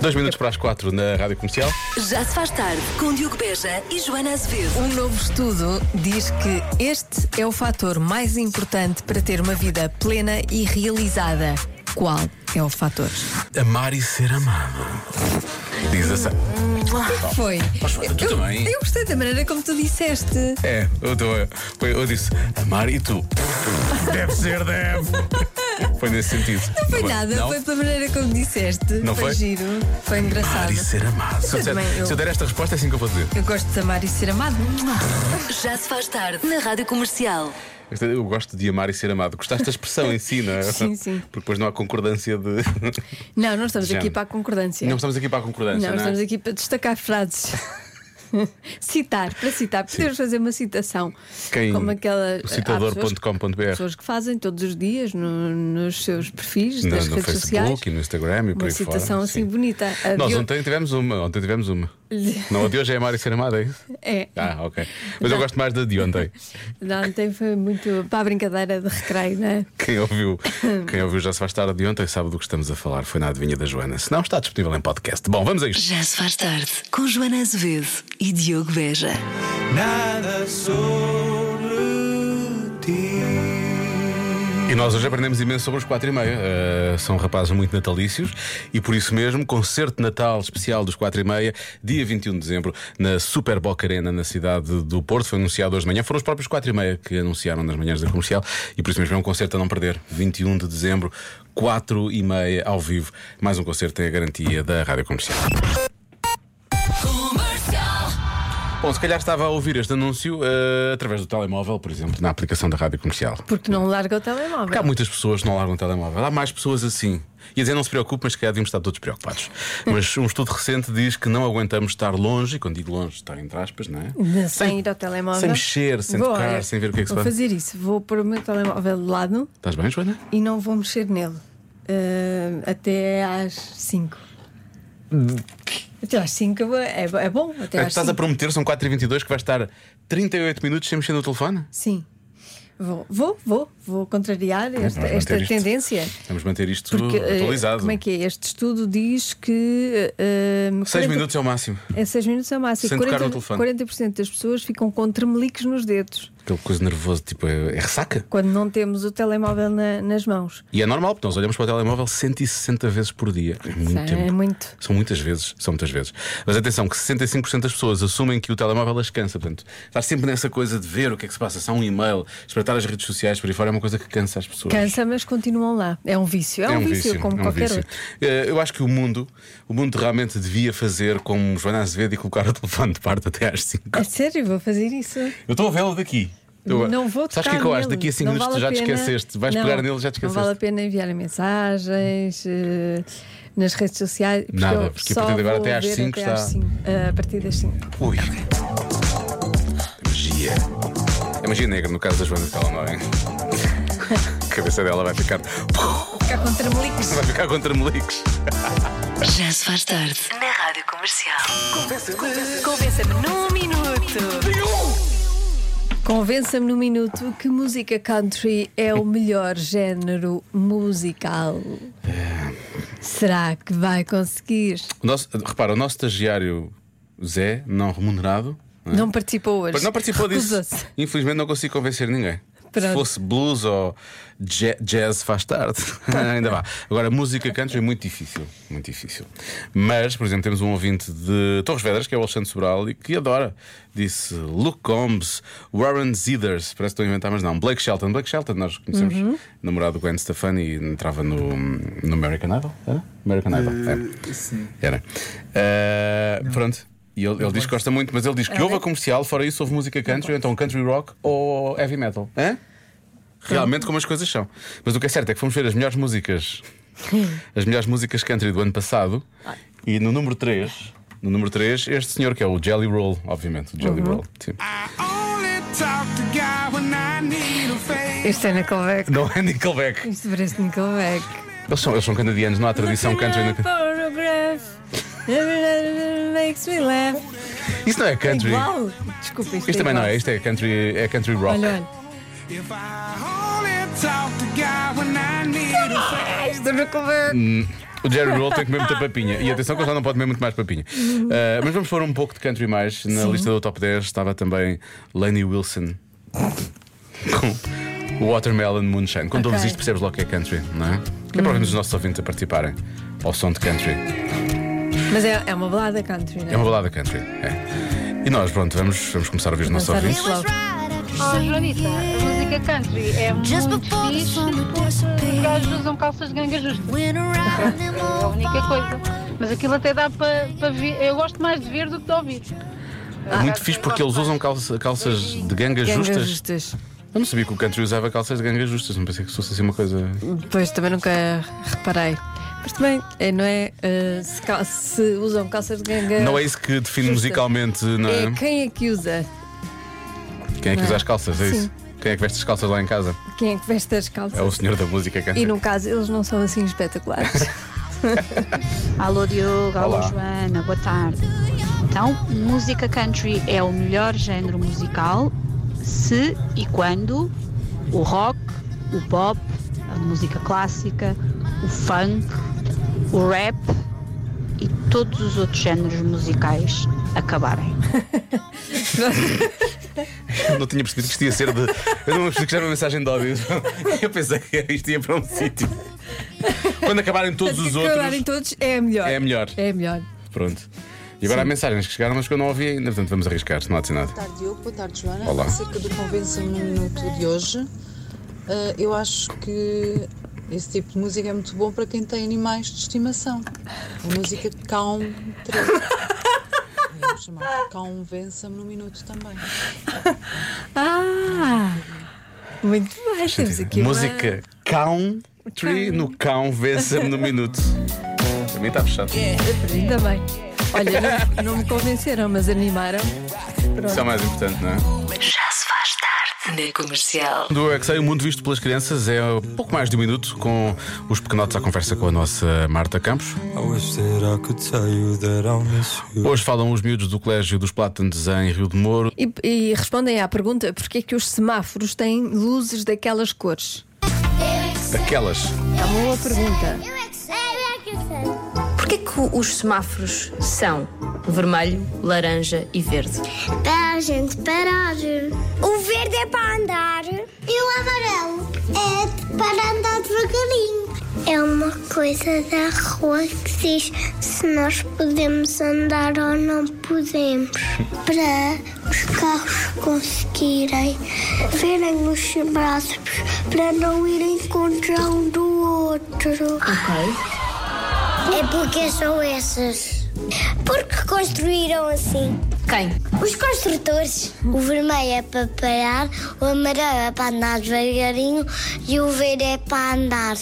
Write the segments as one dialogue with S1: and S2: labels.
S1: Dois minutos para as quatro na Rádio Comercial.
S2: Já se faz tarde com Diogo Beja e Joana Azevedo.
S3: Um novo estudo diz que este é o fator mais importante para ter uma vida plena e realizada. Qual é o fator?
S4: Amar e ser amado. Diz a
S1: assim.
S4: Sa-
S2: Ah.
S3: Foi.
S4: tu
S3: eu,
S4: também.
S3: eu gostei da maneira como tu disseste.
S4: É, eu, tô, foi- eu disse amar e tu. deve ser, deve. Foi nesse sentido.
S3: Não foi nada,
S4: Não?
S3: foi pela maneira como disseste.
S4: Não foi?
S3: giro, foi
S4: Amar
S3: engraçado.
S4: e ser amado. Se eu,
S3: Eu
S4: disser-
S3: também, eu-
S4: se eu der esta resposta, é assim que eu vou dizer.
S3: Eu gosto de amar e ser amado.
S2: Já se faz tarde na Rádio Comercial.
S1: Eu gosto de amar e ser amado. Gostaste da expressão em si, não é?
S3: Sim, sim.
S1: Porque depois não há concordância de.
S3: Não, não estamos aqui
S1: Género.
S3: para a concordância.
S1: Não estamos aqui para a concordância,
S3: Não,
S1: não, é?
S3: estamos aqui para destacar frases. citar, para citar, podemos fazer uma citação.
S1: Quem-
S3: como aquela.
S1: o
S3: há
S1: citador.com.br.
S3: pessoas- Pessoas que fazem todos os dias no- nos seus perfis
S1: No,
S3: das
S1: no
S3: redes
S1: Facebook
S3: sociais.
S1: e no Instagram e por
S3: Uma
S1: aí
S3: citação
S1: fora.
S3: assim
S1: sim.
S3: bonita. A
S1: Nós
S3: de-
S1: ontem tivemos uma, ontem tivemos uma. Não, a de hoje é amar e ser amado, é isso?
S3: É,
S1: Ah, ok. Mas eu
S3: Não.
S1: gosto mais da de ontem.
S3: de ontem foi muito para a brincadeira de recreio, não é?
S1: Quem ouviu, quem ouviu já se faz tarde de ontem sabe do que estamos a falar. Foi na adivinha da Joana. Se não, está disponível em podcast. Bom, vamos a isto.
S2: Já se faz tarde com Joana Azevedo e Diogo Beja.
S5: Nada sobre ti.
S1: E nós hoje aprendemos imenso sobre os quatro e meia. Eh, são rapazes muito natalícios e por isso mesmo, concerto de Natal especial dos quatro e meia, dia 21 de dezembro, na Super Boca Arena, na cidade do Porto. Foi anunciado hoje de manhã. Foram os próprios quatro e meia que anunciaram nas manhãs da comercial e por isso mesmo é um concerto a não perder. 21 de dezembro, quatro e meia, ao vivo. Mais um concerto é a garantia da Rádio Comercial. Bom, se calhar estava a ouvir este anúncio eh, através do telemóvel, por exemplo, na aplicação da Rádio Comercial.
S3: Porque não larga o
S1: Porque há
S3: telemóvel.
S1: muitas pessoas que não largam o telemóvel. Há mais pessoas assim. E a dizer não se preocupe, mas se calhar devíamos estar todos preocupados. Mas um estudo recente diz que não aguentamos estar longe, e quando digo longe, estar entre aspas, não é?
S3: Sem, ir ao telemóvel.
S1: sem mexer, sem
S3: Vou,
S1: tocar,
S3: olha,
S1: sem ver o que é que se
S3: Vou
S1: passa.
S3: fazer isso. Vou pôr o meu telemóvel de lado
S1: Estás bem, Joana? É
S3: e não vou mexer nele eh, até às 5. Até às 5 é, é bom. Até
S1: É que
S3: às
S1: estás a
S3: cinco.
S1: prometer, são 4h22, que vais estar 38 minutos sem mexer no telefone?
S3: Sim. Vou, vou, vou, vou contrariar esta,
S1: Vamos
S3: esta
S1: manter isto.
S3: tendência.
S1: Vamos manter isto
S3: Porque, eh,
S1: atualizado.
S3: como é que é? Este estudo diz que. eh,
S1: 6
S3: 40
S1: minutos é o máximo.
S3: É 6 minutos é o máximo.
S1: Sem tocar no telefone.
S3: 40% das pessoas ficam com tremeliques nos dedos
S1: Aquele coisa nervoso, tipo, é, é ressaca.
S3: quando não temos o telemóvel na- nas mãos.
S1: E é normal, porque nós olhamos para o telemóvel 160 vezes por dia. É muito
S3: Sim,
S1: tempo.
S3: é muito.
S1: São muitas vezes, são muitas vezes. Mas atenção, que 65% das pessoas assumem que o telemóvel as cansa. Portanto, estar sempre nessa coisa de ver o que é que se passa, se há um e-mail, espreitar as redes sociais por aí fora é uma coisa que cansa as pessoas.
S3: Cansa, mas continuam lá. É um vício. É, um, vício, como
S1: é um
S3: qualquer
S1: vício.
S3: outro.
S1: Eh, Eu acho que o mundo, o mundo realmente devia fazer como Joana Azevedo e colocar o telefone de parte até às 5.
S3: É sério, vou fazer isso.
S1: Eu estou a vê-lo daqui. Eu-
S3: Não vou
S1: Sabes o que
S3: tocar
S1: é que eu acho?
S3: nele.
S1: Daqui a 5
S3: Não
S1: minutos
S3: vale
S1: tu já
S3: a
S1: te
S3: pena-
S1: esqueceste. Vais
S3: Não,
S1: pegar nele e já te
S3: Não
S1: esqueceste.
S3: vale a pena enviar mensagens eh, nas redes sociais. porque
S1: Nada,
S3: eu
S1: porque a
S3: só
S1: partir de agora
S3: vou
S1: até às
S3: ver
S1: cinco
S3: até às
S1: está-
S3: cinco, eh, a partir das 5.
S1: Ui. É Magia. É magia negra no caso da Joana Tela, não é? A cabeça dela vai ficar.
S3: Ficar com tremeliques.
S1: Vai ficar contra meliques.
S2: Já se faz tarde na Rádio Comercial. Convença-me num minuto.
S3: Convença-me num minuto que música country é o melhor género musical.
S1: É.
S3: Será que vai conseguir?
S1: O nosso- repara, o nosso estagiário Zé, não remunerado,
S3: Não participou hoje.
S1: Mas É. não participou disso.
S3: Recusou-se.
S1: Infelizmente não consigo convencer ninguém.
S3: Pronto.
S1: Se fosse blues ou ja- jazz faz tarde, ainda vá. Agora, música country é muito difícil. Muito difícil. Mas, por exemplo, temos um ouvinte de Torres Vedras, que é o Alexandre Sobral, e que adora. Disse Luke Combs, Warren Zeders, parece que estou a inventar, mas não. Blake Shelton. Blake Shelton, nós conhecemos,
S3: Uhum.
S1: namorado do Gwen Stefani, e entrava no, no American Idol. Era? American Idol. é. Era. Eh, pronto. E ele, ele diz que gosta muito, mas ele diz que houve a comercial, fora isso houve música country, ou então country rock ou heavy metal.
S3: Hum.
S1: Hã? Realmente como as coisas são. Mas o que é certo é que fomos ver as melhores músicas, as melhores músicas country do ano passado, e no número 3, no número 3, este senhor que é o Jelly Roll, obviamente, o Jelly
S3: Uhum.
S1: Roll. Sim.
S5: I only talk to God when I need a favor.
S3: Este é Nickelback.
S1: Não é Nickelback.
S3: Isto parece Nickelback.
S1: Eles são, eles são canadianos, não há tradição
S3: Looking
S1: country.
S3: at
S1: na-
S3: photograph, every night makes me laugh.
S1: Isso não é country.
S3: Igual. Desculpa, isto
S1: Isto também
S3: igual.
S1: não é, isto é country, é country rock.
S3: Olha, olha.
S5: If I only talk to God when I need a favor.
S3: Ah, um
S1: Hum.
S3: Isto é Nickelback.
S1: O Jerry Roll tem que comer muita papinha. E atenção que ele já não pode comer muito mais papinha. Ah, mas vamos pôr um pouco de country mais. Na lista do top 10 estava também Lenny Wilson com Watermelon Moonshine. Quando
S3: Ok.
S1: ouves isto, percebes logo que é country, não é? Que é para os nossos ouvintes a participarem ao som de country.
S3: Mas é, é uma balada country, não é?
S1: É uma balada country. É. E nós, pronto, vamos, vamos começar a ouvir os nossos
S3: Dançar
S1: ouvintes.
S3: isso logo.
S6: Oh, Joanita, a música country é muito
S7: Just before the
S6: fixe
S7: summer
S6: porque os gajos usam calças de ganga justa.
S7: Went around them
S6: É a
S7: old
S6: única coisa. Mas aquilo até dá para para ver. Eu gosto mais de ver do que de ouvir.
S1: É muito fixe porque eles usam calça- calças de ganga
S8: Gangas
S1: justas.
S8: justas.
S1: Eu não sabia que o country usava calças de ganga justas, não pensei que isso fosse assim uma coisa.
S8: Pois também nunca reparei.
S3: Mas também, é, não é? eh, se, cal- se usam calças de ganga.
S1: Não é isso que define
S3: Justa.
S1: musicalmente, não é?
S3: É quem é que usa?
S1: Quem é que
S3: não é?
S1: usa as calças? É
S3: Sim.
S1: isso? Quem é que veste as calças lá em casa?
S3: Quem é que veste as calças?
S1: É o senhor da música country.
S3: E no caso, eles não são assim espetaculares.
S9: Alô Diogo, alô
S1: Olá.
S9: Joana, boa tarde. Então, música country é o melhor género musical se e quando o rock, o pop, a música clássica, o funk, o rap e todos os outros géneros musicais acabarem.
S1: Eu Não tinha percebido que isto ia ser de. Eu não percebi que já era uma mensagem de ódio. Eu pensei que isto ia para um sítio. Quando acabarem todos os
S3: Acabarem
S1: outros,
S3: todos é a melhor.
S1: é melhor.
S3: É a melhor.
S1: Pronto. E agora há mensagens que chegaram, mas que eu não ouvi ainda, portanto vamos arriscar, se não há de ser nada.
S10: Boa tarde, Diogo. Boa tarde, Joana.
S1: Olá.
S10: Acerca do Convença-me no Minuto de hoje, eh, eu acho que esse tipo de música é muito bom para quem tem animais de estimação. Música country. Podemos chamar Convença-me no Minuto também.
S3: Ah! Muito bem, temos aqui uma-
S1: Música Country no Cão vença-me no minuto. Para mim está fechado.
S3: Ainda bem. Olha, não, não me convenceram, mas animaram.
S1: Isso é o mais importante, não é?
S2: Já se faz tarde na comercial.
S1: Do Exei, o mundo visto pelas crianças é pouco mais de um minuto com os pequenotes à conversa com a nossa Marta Campos. Hoje falam os miúdos do Colégio dos Plátanos em Rio de Moro.
S3: E, e respondem à pergunta: porquê é que os semáforos têm luzes daquelas cores?
S1: Aquelas.
S3: É uma boa pergunta.
S7: Eu é que sei, eu é que sei.
S11: Porquê que os semáforos são vermelho, laranja e verde?
S7: Para a gente parar. O verde é para andar. E o amarelo é para andar devagarinho. É uma coisa da rua que diz se nós podemos andar ou não podemos. Para os carros conseguirem verem os braços para não irem contra um do outro. É porque são essas. Porque construíram assim.
S11: Quem?
S7: Os construtores. O vermelho é para parar, o amarelo é para andar devagarinho e o verde é para andar.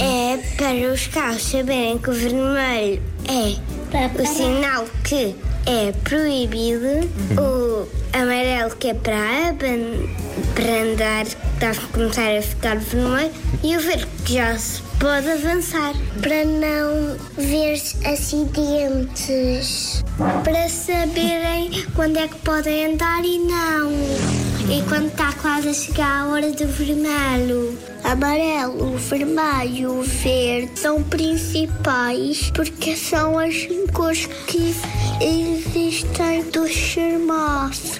S7: É para os carros saberem que o vermelho é o sinal que é proibido, o amarelo que é para, aban- para andar, que está a começar a ficar vermelho, e o verde que já se pode avançar. Para não ver acidentes para saberem quando é que podem andar e não. E quando está quase a chegar a hora do vermelho. Amarelo, vermelho, verde são principais porque são as cores que existem dos semáforos.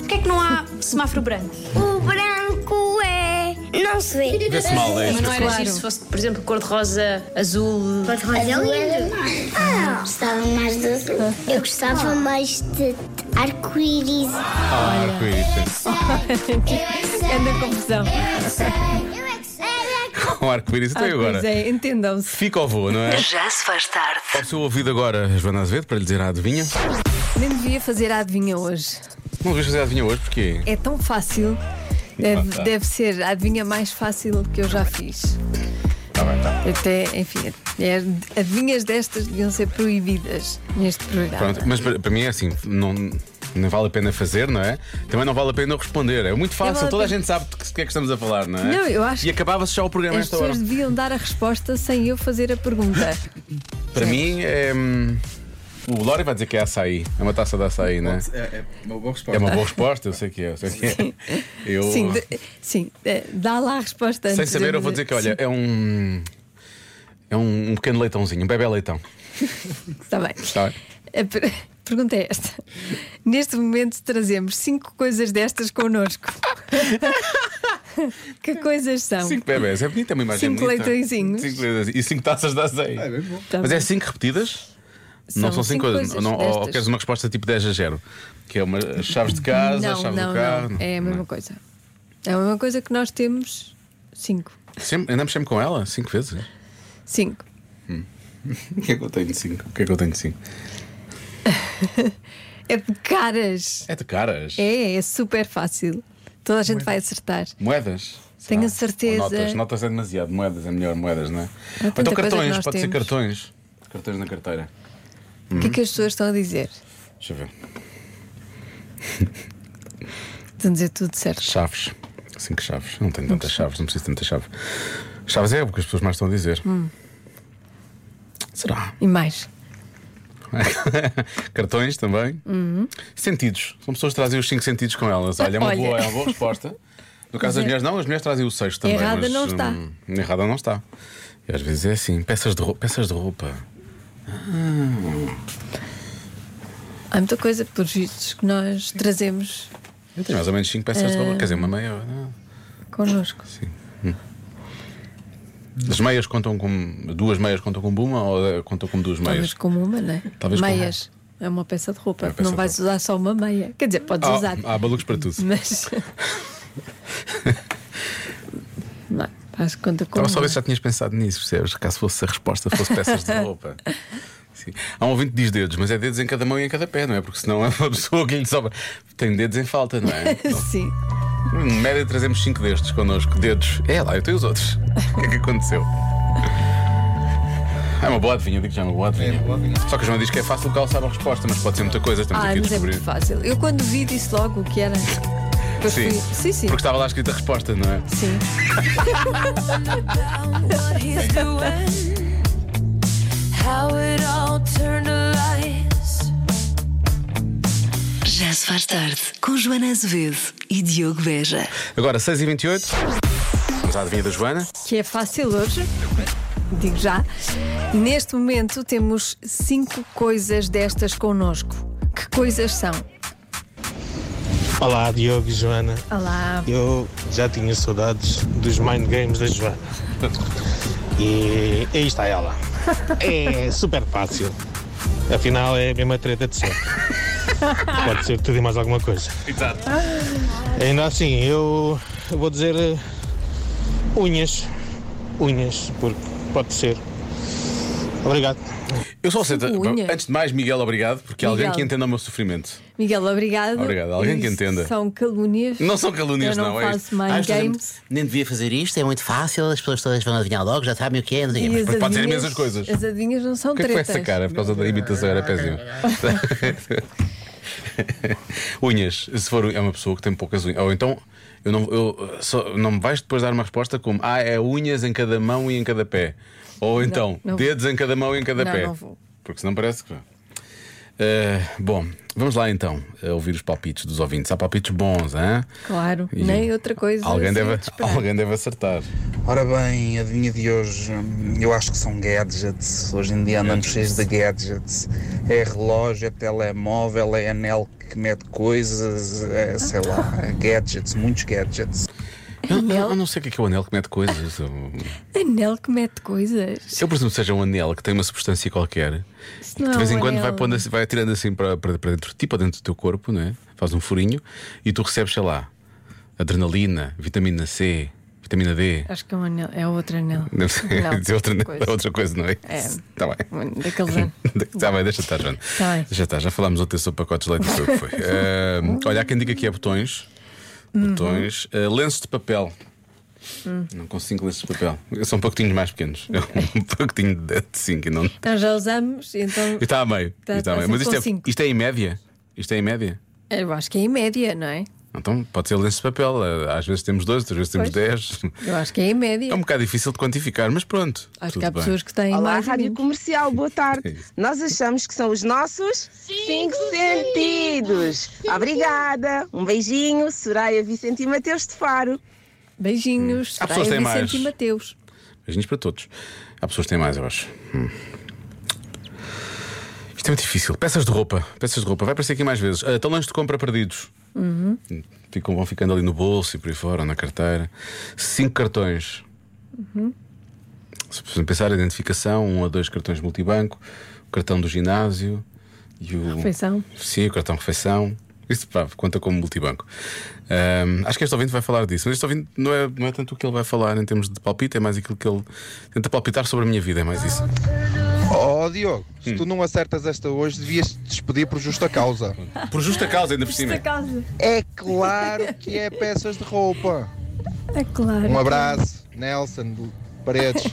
S11: Porquê que não há semáforo branco?
S7: O branco é. não se vê.
S1: Vê-se mal, é
S11: Mas
S1: isto.
S11: não era giro se fosse, por exemplo, cor-de-rosa, azul.
S7: Mas rosa é lindo. Ah, gostava mais do azul. Eu gostava mais de arco-íris.
S1: Ah, arco-íris.
S7: é
S3: Anda a confusão.
S1: Com arco-íris, até
S3: Ah,
S1: agora.
S3: Pois é, entendam-se.
S1: Fica ou vou, não é?
S2: Já se faz tarde.
S1: Ao seu ouvido agora, a Joana Azevedo, para lhe dizer a adivinha.
S3: Nem devia fazer a adivinha hoje.
S1: Não devias fazer a adivinha hoje, porque
S3: É tão fácil. Deve,
S1: Ah, tá.
S3: deve ser a adivinha mais fácil que eu já fiz.
S1: Tá bem, tá.
S3: Até, enfim, é, adivinhas destas deviam ser proibidas neste programa.
S1: Pronto, mas para, para mim é assim, não, não vale a pena fazer, não é? Também não vale a pena eu responder. É muito
S3: Não
S1: fácil,
S3: vale a
S1: toda a
S3: pena.
S1: gente sabe do que, do que é que estamos a falar, não é?
S3: Não, eu acho
S1: E
S3: que
S1: acabava-se já o programa
S3: As
S1: esta hora.
S3: pessoas deviam dar a resposta sem eu fazer a pergunta.
S1: Para mim é. hum, O Lória vai dizer que é açaí. É uma taça de açaí, não é?
S4: É, uma boa
S1: É
S4: resposta.
S1: uma boa resposta, eu sei que é. Eu sei que é. Eu,
S3: Sim, de- sim, eh, dá lá a resposta.
S1: sem
S3: antes de
S1: saber, eu vou dizer que, olha,
S3: Sim.
S1: é um. É um, um pequeno leitãozinho, um bebê leitão. tá?
S3: Está bem.
S1: Está bem.
S3: A per- pergunta é esta. Neste momento trazemos cinco coisas destas connosco. que coisas são?
S1: Cinco bebés, é bonita, é uma imagem
S3: um Cinco
S1: bonita.
S3: leitõezinhos.
S1: Cinco leitõezinhos. E cinco taças de
S4: Ah,
S1: azeite.
S3: Tá
S1: Mas
S3: bem.
S1: é cinco repetidas? não são
S3: São cinco
S1: cinco coisas.
S3: coisas
S1: não, ou, ou
S3: destas.
S1: queres uma resposta tipo 10 a 0? Que é uma, as chaves de casa, as
S3: não,
S1: chaves
S3: não,
S1: do carro.
S3: não. É a mesma coisa. É a mesma coisa que nós temos cinco.
S1: Sempre- andamos sempre com ela? Cinco vezes?
S3: Cinco.
S1: O que é que eu tenho de cinco? O que é que eu tenho de cinco?
S3: É de caras.
S1: É de caras.
S3: É, é super fácil. Toda a gente vai acertar.
S1: Moedas?
S3: Tenho a
S1: Ou
S3: certeza.
S1: Notas, notas é demasiado, moedas é melhor, moedas, não é? Ou
S3: tanta
S1: então
S3: coisa que
S1: cartões,
S3: nós
S1: pode ser
S3: temos.
S1: cartões. Cartões na carteira.
S3: O que
S1: Hum.
S3: é que as pessoas estão a dizer?
S1: Deixa eu ver.
S3: Estão a dizer tudo certo.
S1: Chaves. Cinco chaves. Não tenho tantas chaves, não preciso de tanta chave. Chaves é o que as pessoas mais estão a dizer.
S3: Hum.
S1: Será?
S3: E mais?
S1: Cartões também.
S3: Uhum.
S1: Sentidos. São pessoas que trazem os cinco sentidos com elas. Olha, é uma,
S3: Olha.
S1: Boa, é uma boa resposta. No caso
S3: Mas é-
S1: das mulheres, não, as mulheres trazem o sexto também.
S3: Errada
S1: mas,
S3: não está.
S1: hum, errada não está. E às vezes é assim: peças de roupa. Peças de roupa. Ah.
S3: Há muita coisa, por vistos, que nós trazemos
S1: Eu tenho mais ou menos cinco peças de roupa.
S3: Ah.
S1: Quer dizer, uma meia. não. é?
S3: connosco.
S1: As meias contam com. Duas meias contam com uma ou eh, contam com duas meias?
S3: Talvez como uma, não é?
S1: Talvez como
S3: Meias. É uma peça de roupa.
S1: É uma peça
S3: não
S1: de
S3: vais usar só uma meia. Quer dizer, podes
S1: Ah,
S3: usar.
S1: Há balucos para tudo.
S3: Mas. não, faz conta com.
S1: Estava só a ver
S3: uma.
S1: se já tinhas pensado nisso, percebes? Caso fosse a resposta, fosse peças de roupa. Sim. Há um ouvinte que diz dedos, mas é dedos em cada mão e em cada pé, não é? Porque senão é uma pessoa que lhe sobra. Tem dedos em falta, não é?
S3: Sim. Ah,
S1: Em média trazemos cinco destes connosco. Dedos. É lá, eu tenho os outros. O que é que aconteceu? É uma boa adivinha, digo já, é uma boa adivinha. Só que o João diz que é fácil porque ela sabe a resposta, mas pode ser muita coisa, estamos
S3: Ah,
S1: aqui a
S3: mas é
S1: descobrir.
S3: muito fácil. Eu quando vi disse logo o que era. Depois
S1: Sim.
S3: fui- Sim, sim.
S1: Porque estava lá escrita a resposta, não é?
S3: Sim.
S2: What he's doing, how it all turned to lies. Já se faz tarde com Joana Azevedo e Diogo Veja.
S1: Agora, 6h28. Vamos à adivinha da Joana.
S3: que é fácil hoje. Digo já. Neste momento temos cinco coisas destas connosco. Que coisas são?
S12: Olá, Diogo e Joana.
S3: Olá.
S12: Eu já tinha saudades dos mind games da Joana. E aí está ela. É super fácil. Afinal, é a mesma treta de sempre. Pode ser tudo e mais alguma coisa.
S1: Exato.
S12: Ainda assim, eu vou dizer eh, unhas. Unhas, porque pode ser. Obrigado.
S1: Eu só aceito.
S3: unhas.
S1: Antes de mais, Miguel, obrigado, porque é alguém
S3: Miguel.
S1: que entenda o meu sofrimento.
S3: Miguel, obrigado.
S1: Obrigado. Alguém que
S3: Isso
S1: entenda.
S3: São calúnias.
S1: Não são calúnias,
S3: Eu não,
S1: não, é
S3: faço
S1: isto.
S3: mind
S1: Ah, isto é
S3: games.
S13: Nem devia fazer isto, é muito fácil, as pessoas todas vão adivinhar logo, já sabem o que é. Não sei.
S3: E
S13: o quê.
S3: as
S13: Mas pode ser
S3: adivinhas-
S13: imensas coisas.
S3: As adivinhas não são
S1: O que é que foi
S3: tretas.
S1: essa cara? É Por causa da imitação, era péssimo. unhas, se for é uma pessoa que tem poucas unhas. Ou então, eu não, eu, só, não me vais depois dar uma resposta como Ah, é unhas em cada mão e em cada pé. Ou então,
S4: não vou.
S1: dedos em cada mão e em cada
S4: Não,
S1: pé.
S4: não vou.
S1: Porque senão parece que. Eh, bom, vamos lá então a ouvir os palpites dos ouvintes. Há palpites bons, hein?
S3: Claro,
S1: E
S3: nem outra coisa.
S1: Alguém
S3: assim,
S1: deve,
S3: de esperar.
S1: alguém deve acertar.
S3: É
S14: Ora bem, a adivinha de hoje, hum, eu acho que são gadgets. Hoje em dia andamos cheios de gadgets. É relógio, é telemóvel, é anel que mete coisas, é, sei lá, gadgets, muitos gadgets.
S1: Eu, eu não sei o que é, que é o anel que mete coisas. Eu,
S3: Anel que mete coisas.
S1: eu presumo que seja um anel que tem uma substância qualquer.
S3: Isso
S1: Que
S3: não
S1: de vez
S3: é
S1: em
S3: um
S1: quando
S3: anel.
S1: vai, pondo assim- vai atirando assim para, para, para dentro de ti, para dentro do teu corpo, não é? faz um furinho e tu recebes, sei lá, adrenalina, vitamina C, vitamina D.
S3: Acho que é um anel. É outro anel.
S1: Deve ser
S3: Não,
S1: dizer outra,
S3: coisa.
S1: coisa. outra coisa, não é?
S3: É.
S1: Tá bem.
S3: Daqueles anos.
S1: Está bem, deixa estar, Joana.
S3: Tá bem.
S1: Já está, já falámos ontem sobre pacotes de leite, não sei o que foi. Eh, olha, há quem diga que é botões.
S3: Uhum. Hum.
S1: Botões. Eh, lenço de papel. Não consigo lenços de papel. São pacotinhos mais pequenos. É um pacotinho de 5 e não.
S3: Então já usamos, então
S1: E está a meio.
S3: Tá-
S1: E está a
S3: tá
S1: meio. Mas
S3: sempre
S1: isto
S3: com
S1: é,
S3: cinco.
S1: isto é em média? Isto é em média?
S3: eu acho que é em média, não é?
S1: Então pode ser lenço de papel. Eh, Às vezes temos dois, outras vezes temos
S3: Pois.
S1: dez.
S3: Eu acho que é em média.
S1: É um bocado difícil de quantificar, mas pronto.
S3: Acho
S1: tudo
S3: que há
S1: bem.
S3: pessoas que têm
S15: Olá,
S3: mais. um.
S15: Rádio Comercial, boa tarde. Nós achamos que são os nossos cinco sentidos. Obrigada. Um beijinho, Soraya Vicente e Mateus de Faro.
S3: Beijinhos,
S1: Há pessoas Hum. que têm mais.
S3: Mateus.
S1: Beijinhos para todos. Há pessoas que têm mais, eu acho. Hum. Isto é muito difícil. Peças de roupa, peças de roupa. Vai aparecer aqui mais vezes. Uh, talões de compra perdidos.
S3: Uhum.
S1: Ficam, vão ficando ali no bolso e por aí fora, ou na carteira. Cinco cartões.
S3: Uhum.
S1: Se precisam pensar, identificação, um ou dois cartões multibanco, o cartão do ginásio e o.
S3: Refeição.
S1: Sim, o cartão refeição. Isso pá, conta como multibanco. Um, acho que este ouvinte vai falar disso, mas este ouvinte não é, não é tanto o que ele vai falar em termos de palpite, é mais aquilo que ele tenta palpitar sobre a minha vida, é mais isso.
S16: Oh Diogo, se tu não acertas esta hoje, devias te despedir por justa causa.
S1: Por justa causa, ainda por cima.
S16: É claro que é peças de roupa.
S3: É claro.
S16: Um abraço, Nelson Paredes.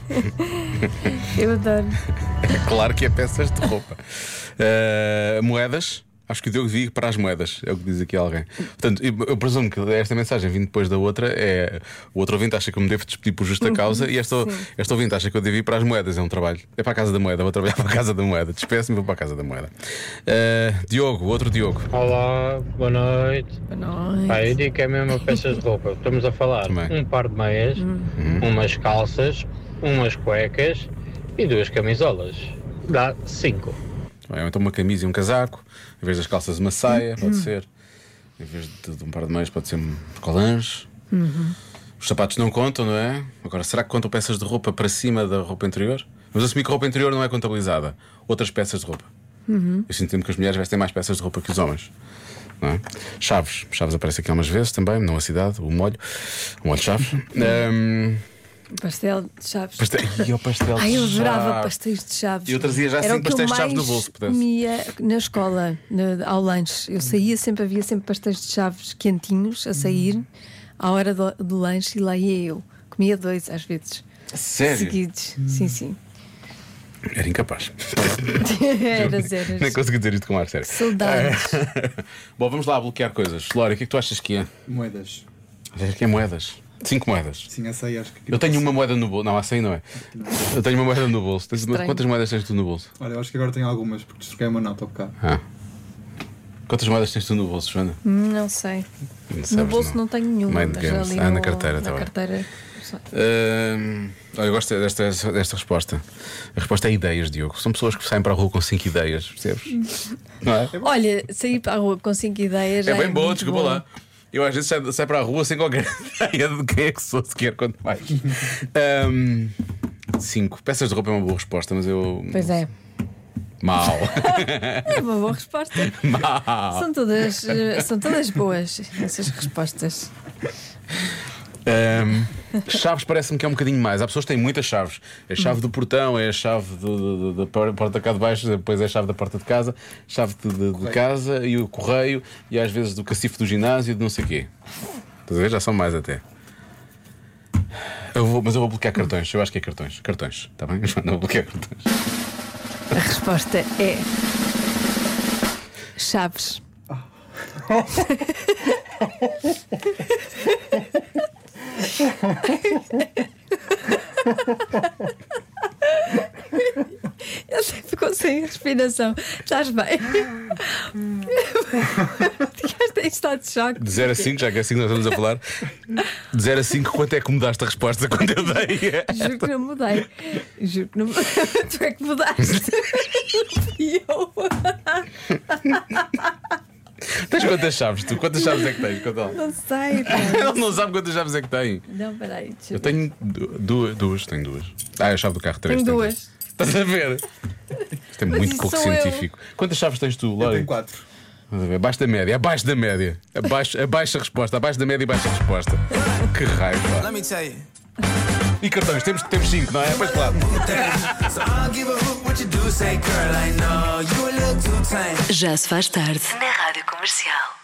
S3: Eu adoro.
S1: É claro que é peças de roupa. Uh, moedas. Acho que o Diogo vi para as moedas, é o que diz aqui alguém. Portanto, eu, eu presumo que esta mensagem vindo depois da outra é. O outro ouvinte acha que eu me devo despedir por justa causa e esta, esta ouvinte acha que eu devo ir para as moedas, é um trabalho. É para a casa da moeda, vou trabalhar para a casa da moeda. Despeço-me e vou para a casa da moeda. Uh, Diogo, outro Diogo.
S17: Olá, boa noite.
S3: Boa noite.
S17: Pá, eu digo que é mesmo peças de roupa. Estamos a falar
S1: Também.
S17: um par de meias, umas calças, umas cuecas e duas camisolas. Dá cinco.
S1: Ou então uma camisa e um casaco, em vez das calças, uma saia,
S3: Uhum.
S1: pode ser. Em vez de, de um par de meias, pode ser um colange.
S3: Uhum.
S1: Os sapatos não contam, não é? Agora, será que contam peças de roupa para cima da roupa interior? Mas assumir que a roupa interior não é contabilizada. Outras peças de roupa.
S3: Uhum.
S1: Eu sinto que as mulheres vestem mais peças de roupa que os homens. Não é? Chaves. Chaves aparece aqui algumas vezes também, não a cidade, o molho. O molho de chaves.
S3: Uhum.
S1: Ahm,
S3: Pastel de chaves.
S1: pastel... Ih, o pastel de
S3: Ai, eu adorava
S1: chaves.
S3: pastéis de chaves.
S1: Eu trazia já
S3: Era
S1: cinco
S3: o que
S1: pastéis de
S3: eu
S1: chaves no
S3: mais
S1: bolso, pudesse.
S3: comia na escola, na- ao lanche. Eu saía sempre, havia sempre pastéis de chaves quentinhos a sair à hora do, do lanche e lá ia eu. Comia dois às vezes.
S1: Sério?
S3: Seguidos. Sim, sim.
S1: Era incapaz.
S3: era zero.
S1: Nem consegui dizer isto com ar sério. É.
S3: Saudades.
S1: Bom, vamos lá bloquear coisas. Lória, o que é que tu achas que é?
S18: Moedas.
S1: Achas que é moedas? Cinco moedas.
S18: Sim, essa aí acho que.
S1: Eu tenho uma moeda no bolso. Não, assim não é. Eu tenho uma moeda no bolso. Tens-
S18: Estranho.
S1: Quantas moedas tens tu no bolso?
S18: Olha, eu acho que agora tenho algumas, porque destroquei uma nota ao bocado.
S1: Ah. Quantas moedas tens tu no bolso, Joana?
S3: Hum, Não sei.
S1: Não sabes,
S3: no bolso
S1: não.
S3: não, tenho nenhuma.
S1: Mind
S3: mas
S1: games.
S3: ali
S1: Ah, na
S3: no-
S1: carteira, tá
S3: na
S1: bem.
S3: carteira.
S1: Hum, olha, eu gosto desta, desta resposta. A resposta é ideias, Diogo. São pessoas que saem para a rua com cinco ideias, percebes?
S3: Hum.
S1: Não é?
S3: Olha, sair para a rua com cinco ideias.
S1: É
S3: já
S1: bem bom,
S3: muito
S1: desculpa lá. Eu às vezes saio, saio para a rua sem qualquer ideia de quem é que sou sequer, quanto mais. Ahm, cinco. Peças de roupa é uma boa resposta, mas eu.
S3: Pois é.
S1: Mal.
S3: É uma boa resposta.
S1: Mal.
S3: São todas, eh, são todas boas essas respostas.
S1: Ahm, chaves parece-me que é um bocadinho mais. Há pessoas que têm muitas chaves. É a chave do portão, é a chave do- do- do- da por- porta cá de baixo, depois é a chave da porta de casa, chave de, de- de casa e o correio, e às vezes do cacifo do ginásio, de não sei o quê. Estás a ver? Já são mais até. Eu vou- mas eu vou bloquear cartões. Eu acho que é cartões. Cartões, está bem? Não vou bloquear cartões.
S3: A resposta é. Chaves. Ele até ficou sem respiração. Estás bem? Ficaste em estado de choque.
S1: De 0 a 5, já que é assim que nós estamos a falar. De 0 a 5, quanto é que mudaste a resposta quando eu dei?
S3: Juro que não mudei. Juro que não Tu é que mudaste. e eu.
S1: Tens quantas chaves? Tu quantas chaves é que tens? Conta lá.
S3: Não sei. pá.
S1: Ele não sabe quantas chaves é que tem.
S3: Não, peraí. deixa
S1: Eu tenho du- duas, duas, tenho duas. Ah, é a chave do carro, três.
S3: Tenho
S1: tenho
S3: duas.
S1: três. Estás a ver? Isto é
S3: Mas
S1: muito
S3: isso
S1: pouco
S3: sou eu.
S1: científico. Quantas chaves tens tu, Lória? Tenho
S18: quatro.
S1: Abaixo da média, abaixo da média. Abaixo, abaixo a resposta, abaixo da média e baixa a resposta. Que raiva.
S5: me tell you.
S1: E cartões, temos, temos cinco, não é? Pois claro.
S5: So I'll give a hoot what you do, say, girl, I know you look too tame.
S2: Já se faz tarde. Na Rádio Comercial.